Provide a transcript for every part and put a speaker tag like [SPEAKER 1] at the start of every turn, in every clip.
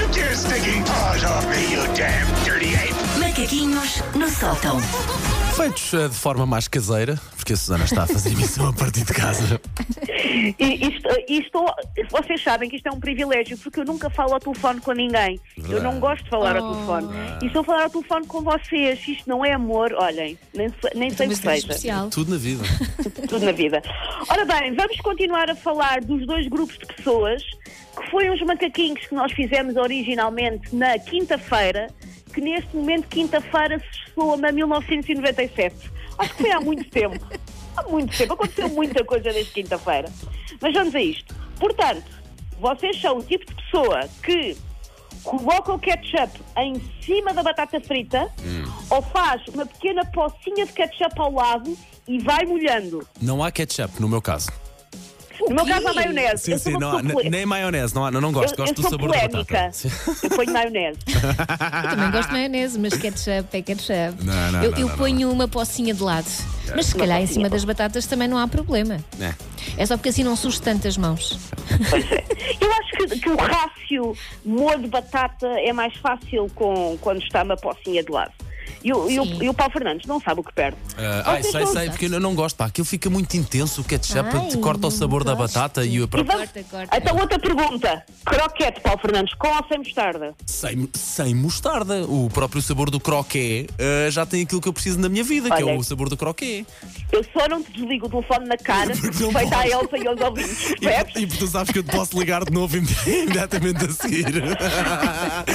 [SPEAKER 1] taking paws off me, you damn dirty ape!
[SPEAKER 2] Macaquinhos no sótão.
[SPEAKER 3] Feitos eh, de forma mais caseira, porque a Susana está a fazer emissão a partir de casa.
[SPEAKER 4] E isto, isto, vocês sabem que isto é um privilégio, porque eu nunca falo ao telefone com ninguém. Eu não gosto de falar ao telefone. E se eu falar ao telefone com vocês, se isto não é amor, olhem, nem, se- nem
[SPEAKER 5] Então,
[SPEAKER 4] sei
[SPEAKER 5] Mas tudo
[SPEAKER 4] se seja.
[SPEAKER 5] especial.
[SPEAKER 3] Tudo na vida.
[SPEAKER 4] Tudo na vida. Ora bem, vamos continuar a falar dos dois grupos de pessoas, que foi uns macaquinhos que nós fizemos originalmente na quinta-feira, que neste momento quinta-feira se soa a 1997. Acho que foi há muito tempo. Há muito tempo. Aconteceu muita coisa desde quinta-feira. Mas vamos a isto. Portanto, vocês são o tipo de pessoa que coloca o ketchup em cima da batata frita ou faz uma pequena pocinha de ketchup ao lado e vai molhando.
[SPEAKER 3] Não há ketchup, no meu caso.
[SPEAKER 4] No meu caso, é a maionese. eu sou uma
[SPEAKER 3] não há,
[SPEAKER 4] pessoa
[SPEAKER 3] n-
[SPEAKER 4] polé-
[SPEAKER 3] nem maionese, não, há, não, não
[SPEAKER 4] eu,
[SPEAKER 3] gosto.
[SPEAKER 4] eu
[SPEAKER 3] gosto do
[SPEAKER 4] sou
[SPEAKER 3] sabor da
[SPEAKER 4] polémica.
[SPEAKER 3] batata. Sim.
[SPEAKER 4] Eu ponho maionese.
[SPEAKER 5] Também gosto de maionese, mas ketchup é ketchup.
[SPEAKER 3] Não, não,
[SPEAKER 5] eu
[SPEAKER 3] não,
[SPEAKER 5] eu
[SPEAKER 3] não,
[SPEAKER 5] ponho uma pocinha de lado. Mas se calhar em cima das batatas também não há problema.
[SPEAKER 3] É.
[SPEAKER 5] É só porque assim não sujo tanto as mãos.
[SPEAKER 4] Eu acho que, que o rácio molho de batata é mais fácil com, quando está uma pocinha de lado. E o, e o-
[SPEAKER 5] Sim.
[SPEAKER 4] e o Paulo Fernandes não sabe o que perde.
[SPEAKER 3] Ah, ai, sei,
[SPEAKER 4] Vocês são- assim.
[SPEAKER 3] sei, porque eu não gosto, pá. Aquilo fica muito intenso, o ketchup
[SPEAKER 5] Ai,
[SPEAKER 3] te corta o
[SPEAKER 5] não
[SPEAKER 3] sabor da
[SPEAKER 5] gosto.
[SPEAKER 3] batata e o
[SPEAKER 4] E
[SPEAKER 3] próprio.
[SPEAKER 4] vamos-
[SPEAKER 5] Corta, corta.
[SPEAKER 4] Então, outra pergunta. Croquete, Paulo Fernandes, com ou sem mostarda?
[SPEAKER 3] Sem, sem mostarda. O próprio sabor do croquet ah, já tem aquilo que eu preciso na minha vida, que é
[SPEAKER 4] Olha.
[SPEAKER 3] o sabor do croquet.
[SPEAKER 4] Eu só não te desligo o telefone na cara,
[SPEAKER 3] Porque não
[SPEAKER 4] feita a
[SPEAKER 3] posso.
[SPEAKER 4] Elsa e aos ouvintes, percebes?
[SPEAKER 3] E, e tu sabes que eu te posso ligar de novo imediatamente a seguir.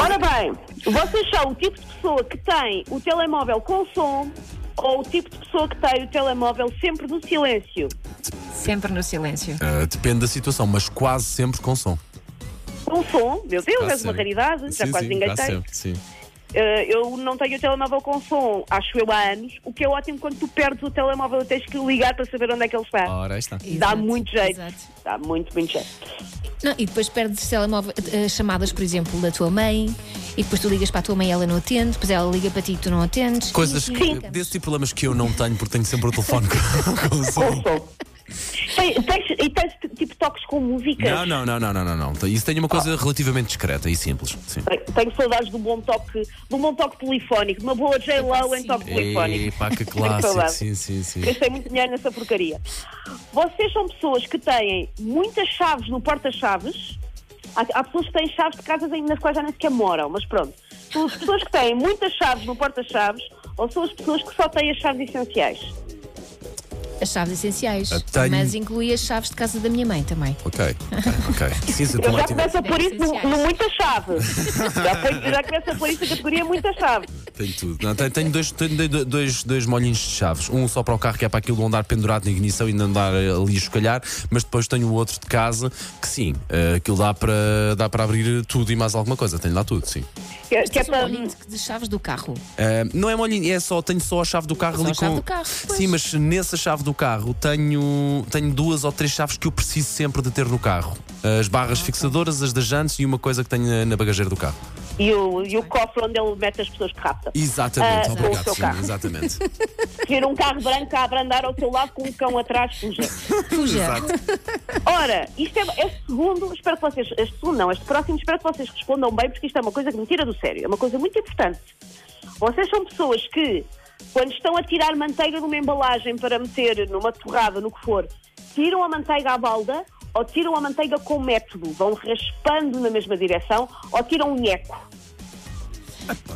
[SPEAKER 4] Ora bem, vocês são o tipo de pessoa que tem o telemóvel com som ou o tipo de pessoa que tem o telemóvel sempre no silêncio?
[SPEAKER 6] Sempre no silêncio.
[SPEAKER 3] Ah, depende da situação, mas quase sempre com som.
[SPEAKER 4] Com som, meu Deus,
[SPEAKER 3] Quase
[SPEAKER 4] és uma
[SPEAKER 3] sempre.
[SPEAKER 4] raridade, já
[SPEAKER 3] Sim,
[SPEAKER 4] quase
[SPEAKER 3] sim,
[SPEAKER 4] ninguém tem.
[SPEAKER 3] sempre, sim.
[SPEAKER 4] Eh, eu não tenho o telemóvel com som, acho eu, há anos, o que é ótimo quando tu perdes o telemóvel e tens que ligar para saber onde é que ele está.
[SPEAKER 3] Ora, aí está.
[SPEAKER 4] Dá
[SPEAKER 5] Exato,
[SPEAKER 4] muito jeito.
[SPEAKER 5] exato.
[SPEAKER 4] Dá muito, muito jeito.
[SPEAKER 5] Não, e depois perdes telemóvel, eh, chamadas, por exemplo, da tua mãe, e depois tu ligas para a tua mãe e ela não atende, depois ela liga para ti e tu não atendes.
[SPEAKER 3] Coisas
[SPEAKER 5] E- e
[SPEAKER 3] que,
[SPEAKER 5] ficamos.
[SPEAKER 3] desse tipo de problemas que eu não tenho, porque tenho sempre o telefone com, com
[SPEAKER 4] Com
[SPEAKER 3] som.
[SPEAKER 4] som. Tem- tens- e tens tipo toques com música?
[SPEAKER 3] Não, não, não, não, não, não, não. Isso tem uma coisa relativamente discreta e simples. Sim.
[SPEAKER 4] Tenho saudades de um bom toque, de um bom toque polifónico, de uma boa J-Lo em toque polifónico.
[SPEAKER 3] Epá, que
[SPEAKER 4] Muito
[SPEAKER 3] clássico.
[SPEAKER 4] bem.
[SPEAKER 3] Sim, sim, sim.
[SPEAKER 4] Gastei muito dinheiro nessa porcaria. Vocês são pessoas que têm muitas chaves no porta-chaves. Há, há pessoas que têm chaves de casas em- nas quais já nem sequer moram, mas pronto. São as pessoas que têm muitas chaves no porta-chaves ou são as pessoas que só têm as chaves essenciais?
[SPEAKER 5] As chaves essenciais.
[SPEAKER 3] Eu tenho-
[SPEAKER 5] Mas inclui as chaves de casa da minha mãe também.
[SPEAKER 3] Ok, ok, ok. Sim, sim,
[SPEAKER 4] Eu
[SPEAKER 3] também
[SPEAKER 4] já
[SPEAKER 3] tive-
[SPEAKER 4] começo a pôr isso no,
[SPEAKER 5] Essenciais.
[SPEAKER 4] no muita chave. já, ponho- já começo a pôr isso na categoria muita chave.
[SPEAKER 3] tenho tudo. Não, tenho, tenho dois, tenho dois- dois, dois molhinhos de chaves. Um só para o carro, que é para aquilo de andar pendurado na ignição e não andar eh, ali a chocalhar, mas depois tenho o outro de casa, que sim, eh, aquilo dá para, dá para abrir tudo e mais alguma coisa. Tenho lá tudo, sim.
[SPEAKER 4] Que, que é
[SPEAKER 5] Tens um
[SPEAKER 4] para,
[SPEAKER 5] olhinho de- de chaves do carro.
[SPEAKER 3] Ah, não é molhinho, é só, tenho só a chave do carro
[SPEAKER 5] Só a
[SPEAKER 3] ali
[SPEAKER 5] chave
[SPEAKER 3] com.
[SPEAKER 5] do carro, pois.
[SPEAKER 3] Sim, mas nessa chave do carro tenho, tenho duas ou três chaves que eu preciso sempre de ter no carro: as barras fixadoras, as das jantes e uma coisa que tenho na- na bagageira do carro.
[SPEAKER 4] e, o, e o cofre onde ele mete as pessoas que rapta.
[SPEAKER 3] Exatamente,
[SPEAKER 4] Ah,
[SPEAKER 3] obrigado,
[SPEAKER 4] o seu
[SPEAKER 3] sim,
[SPEAKER 4] carro.
[SPEAKER 3] exatamente.
[SPEAKER 4] Ter um carro branco a abrandar ao seu lado com um cão atrás, fuja.
[SPEAKER 5] Fuja.
[SPEAKER 4] Ora, isto é, este segundo, espero que vocês, este segundo não, este próximo, espero que vocês respondam bem, porque isto é uma coisa que me tira do sério, é uma coisa muito importante. Vocês são pessoas que, quando estão a tirar manteiga de uma embalagem para meter numa torrada, no que for, tiram a manteiga à balda ou tiram a manteiga com método, vão raspando na mesma direção ou tiram um eco.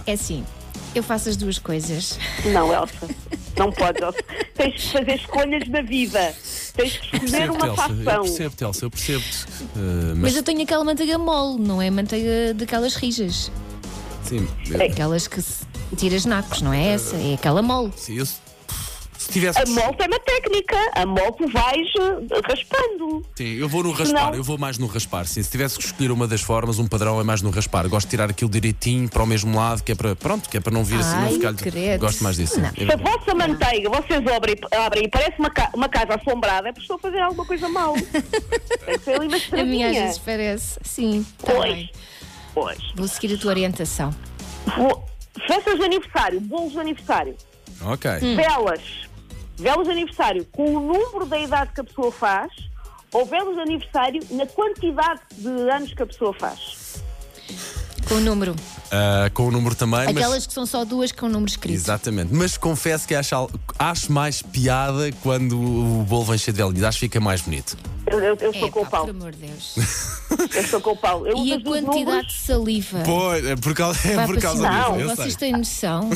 [SPEAKER 5] É assim, eu faço as duas coisas.
[SPEAKER 4] Não, Elsa, não podes, Elsa. Tens que fazer escolhas na vida, tens que escolher
[SPEAKER 3] Percebo-te,
[SPEAKER 4] uma
[SPEAKER 3] é Elsa, eu
[SPEAKER 4] facção.
[SPEAKER 3] percebo, Telsa, eu percebo-te. Ah,
[SPEAKER 5] Mas
[SPEAKER 3] mas,
[SPEAKER 5] eu tenho aquela manteiga mole, não é manteiga daquelas rijas.
[SPEAKER 3] sim,
[SPEAKER 4] Ei.
[SPEAKER 5] Aquelas que se tiras nacos, não é essa? É aquela mole.
[SPEAKER 3] sim, eu- se tivesse.
[SPEAKER 4] A molta é uma técnica, a molta vais eh, raspando.
[SPEAKER 3] Sim, eu vou no raspar,
[SPEAKER 4] Não.
[SPEAKER 3] eu vou mais no raspar. Sim, se tivesse que escolher uma das formas, um padrão é mais no raspar. Gosto de tirar aquilo direitinho para o mesmo lado, que é para, pronto, que é para não vir assim, não
[SPEAKER 5] Ai,
[SPEAKER 3] ficar.
[SPEAKER 5] credo.
[SPEAKER 3] Gosto mais disso. sim.
[SPEAKER 5] Não.
[SPEAKER 4] Se a vossa manteiga vocês abrem, abrem e parece uma, ca- uma casa assombrada, é porque estão a fazer alguma coisa mal. Tem que ser ali
[SPEAKER 5] A minha
[SPEAKER 4] uma
[SPEAKER 5] às
[SPEAKER 4] estradinha.
[SPEAKER 5] vezes parece. Sim, tá
[SPEAKER 4] Pois,
[SPEAKER 5] bem.
[SPEAKER 4] pois.
[SPEAKER 5] Vou seguir a tua orientação.
[SPEAKER 4] Vou- Festas de aniversário, bolos de aniversário,
[SPEAKER 3] Ok.
[SPEAKER 5] Hum.
[SPEAKER 4] velas. Velas de aniversário com o número da idade que a pessoa faz ou velas de aniversário na quantidade de anos que a pessoa faz.
[SPEAKER 5] com o número.
[SPEAKER 3] Ah, com o número também. mas-
[SPEAKER 5] Aquelas que são só duas com o número escrito.
[SPEAKER 3] Exatamente, mas confesso que acho, al- acho mais piada quando o bolo vem cheio de velhinho, acho que fica mais bonito.
[SPEAKER 4] Eu, eu- eu estou
[SPEAKER 5] É,
[SPEAKER 4] com o
[SPEAKER 5] pá, por
[SPEAKER 4] Paulo.
[SPEAKER 5] amor de Deus.
[SPEAKER 4] Eu estou com o Paulo. Eu
[SPEAKER 5] E
[SPEAKER 4] uso
[SPEAKER 5] a
[SPEAKER 4] os dois
[SPEAKER 5] quantidade
[SPEAKER 4] números.
[SPEAKER 5] de saliva.
[SPEAKER 3] Pois, é por causa, é
[SPEAKER 5] Vai
[SPEAKER 3] por
[SPEAKER 5] para
[SPEAKER 3] causa
[SPEAKER 5] cima.
[SPEAKER 3] disso, eu
[SPEAKER 5] Vocês
[SPEAKER 3] sei.
[SPEAKER 5] têm noção?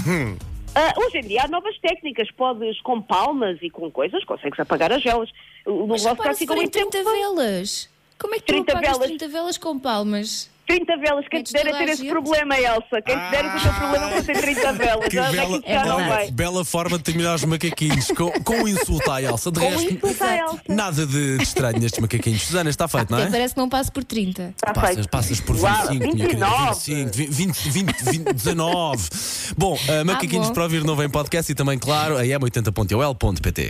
[SPEAKER 4] Ah, hoje em dia há novas técnicas. Podes, com palmas e com coisas, consegues apagar as velas. O
[SPEAKER 5] Mas
[SPEAKER 4] negócio é um
[SPEAKER 5] repara,
[SPEAKER 4] está
[SPEAKER 5] se
[SPEAKER 4] ficando
[SPEAKER 5] forem
[SPEAKER 4] muito
[SPEAKER 5] 30
[SPEAKER 4] tempo.
[SPEAKER 5] velas. Como é que tu
[SPEAKER 4] 30
[SPEAKER 5] apagas
[SPEAKER 4] velas.
[SPEAKER 5] 30 velas com palmas?
[SPEAKER 4] 30 velas. Quem
[SPEAKER 5] Metes
[SPEAKER 4] te der
[SPEAKER 5] toda
[SPEAKER 4] a
[SPEAKER 5] a
[SPEAKER 4] ter esse
[SPEAKER 5] gente. Ah.
[SPEAKER 4] problema, Elsa. Quem te der a ter esse problema vão ter 30 velas.
[SPEAKER 3] Que
[SPEAKER 4] Onde é que
[SPEAKER 3] bela,
[SPEAKER 4] isso já não
[SPEAKER 3] olha,
[SPEAKER 4] vai?
[SPEAKER 3] bela forma de terminar os macaquinhos com, com insulto à Elsa. De resto,
[SPEAKER 4] insulto à Elsa.
[SPEAKER 3] nada de, de estranho nestes macaquinhos. Susana, está feito, não
[SPEAKER 5] Até
[SPEAKER 3] é?
[SPEAKER 5] parece que não passo por 30.
[SPEAKER 4] Está
[SPEAKER 3] Passas,
[SPEAKER 4] feito.
[SPEAKER 3] passas por
[SPEAKER 4] Uau,
[SPEAKER 3] 25, minha querida,
[SPEAKER 4] 29.
[SPEAKER 3] 25, 20, 20, 20, 19. Bom, uh, macaquinhos
[SPEAKER 5] bom.
[SPEAKER 3] para ouvir novo em podcast e também, claro, a m80.ol.pt.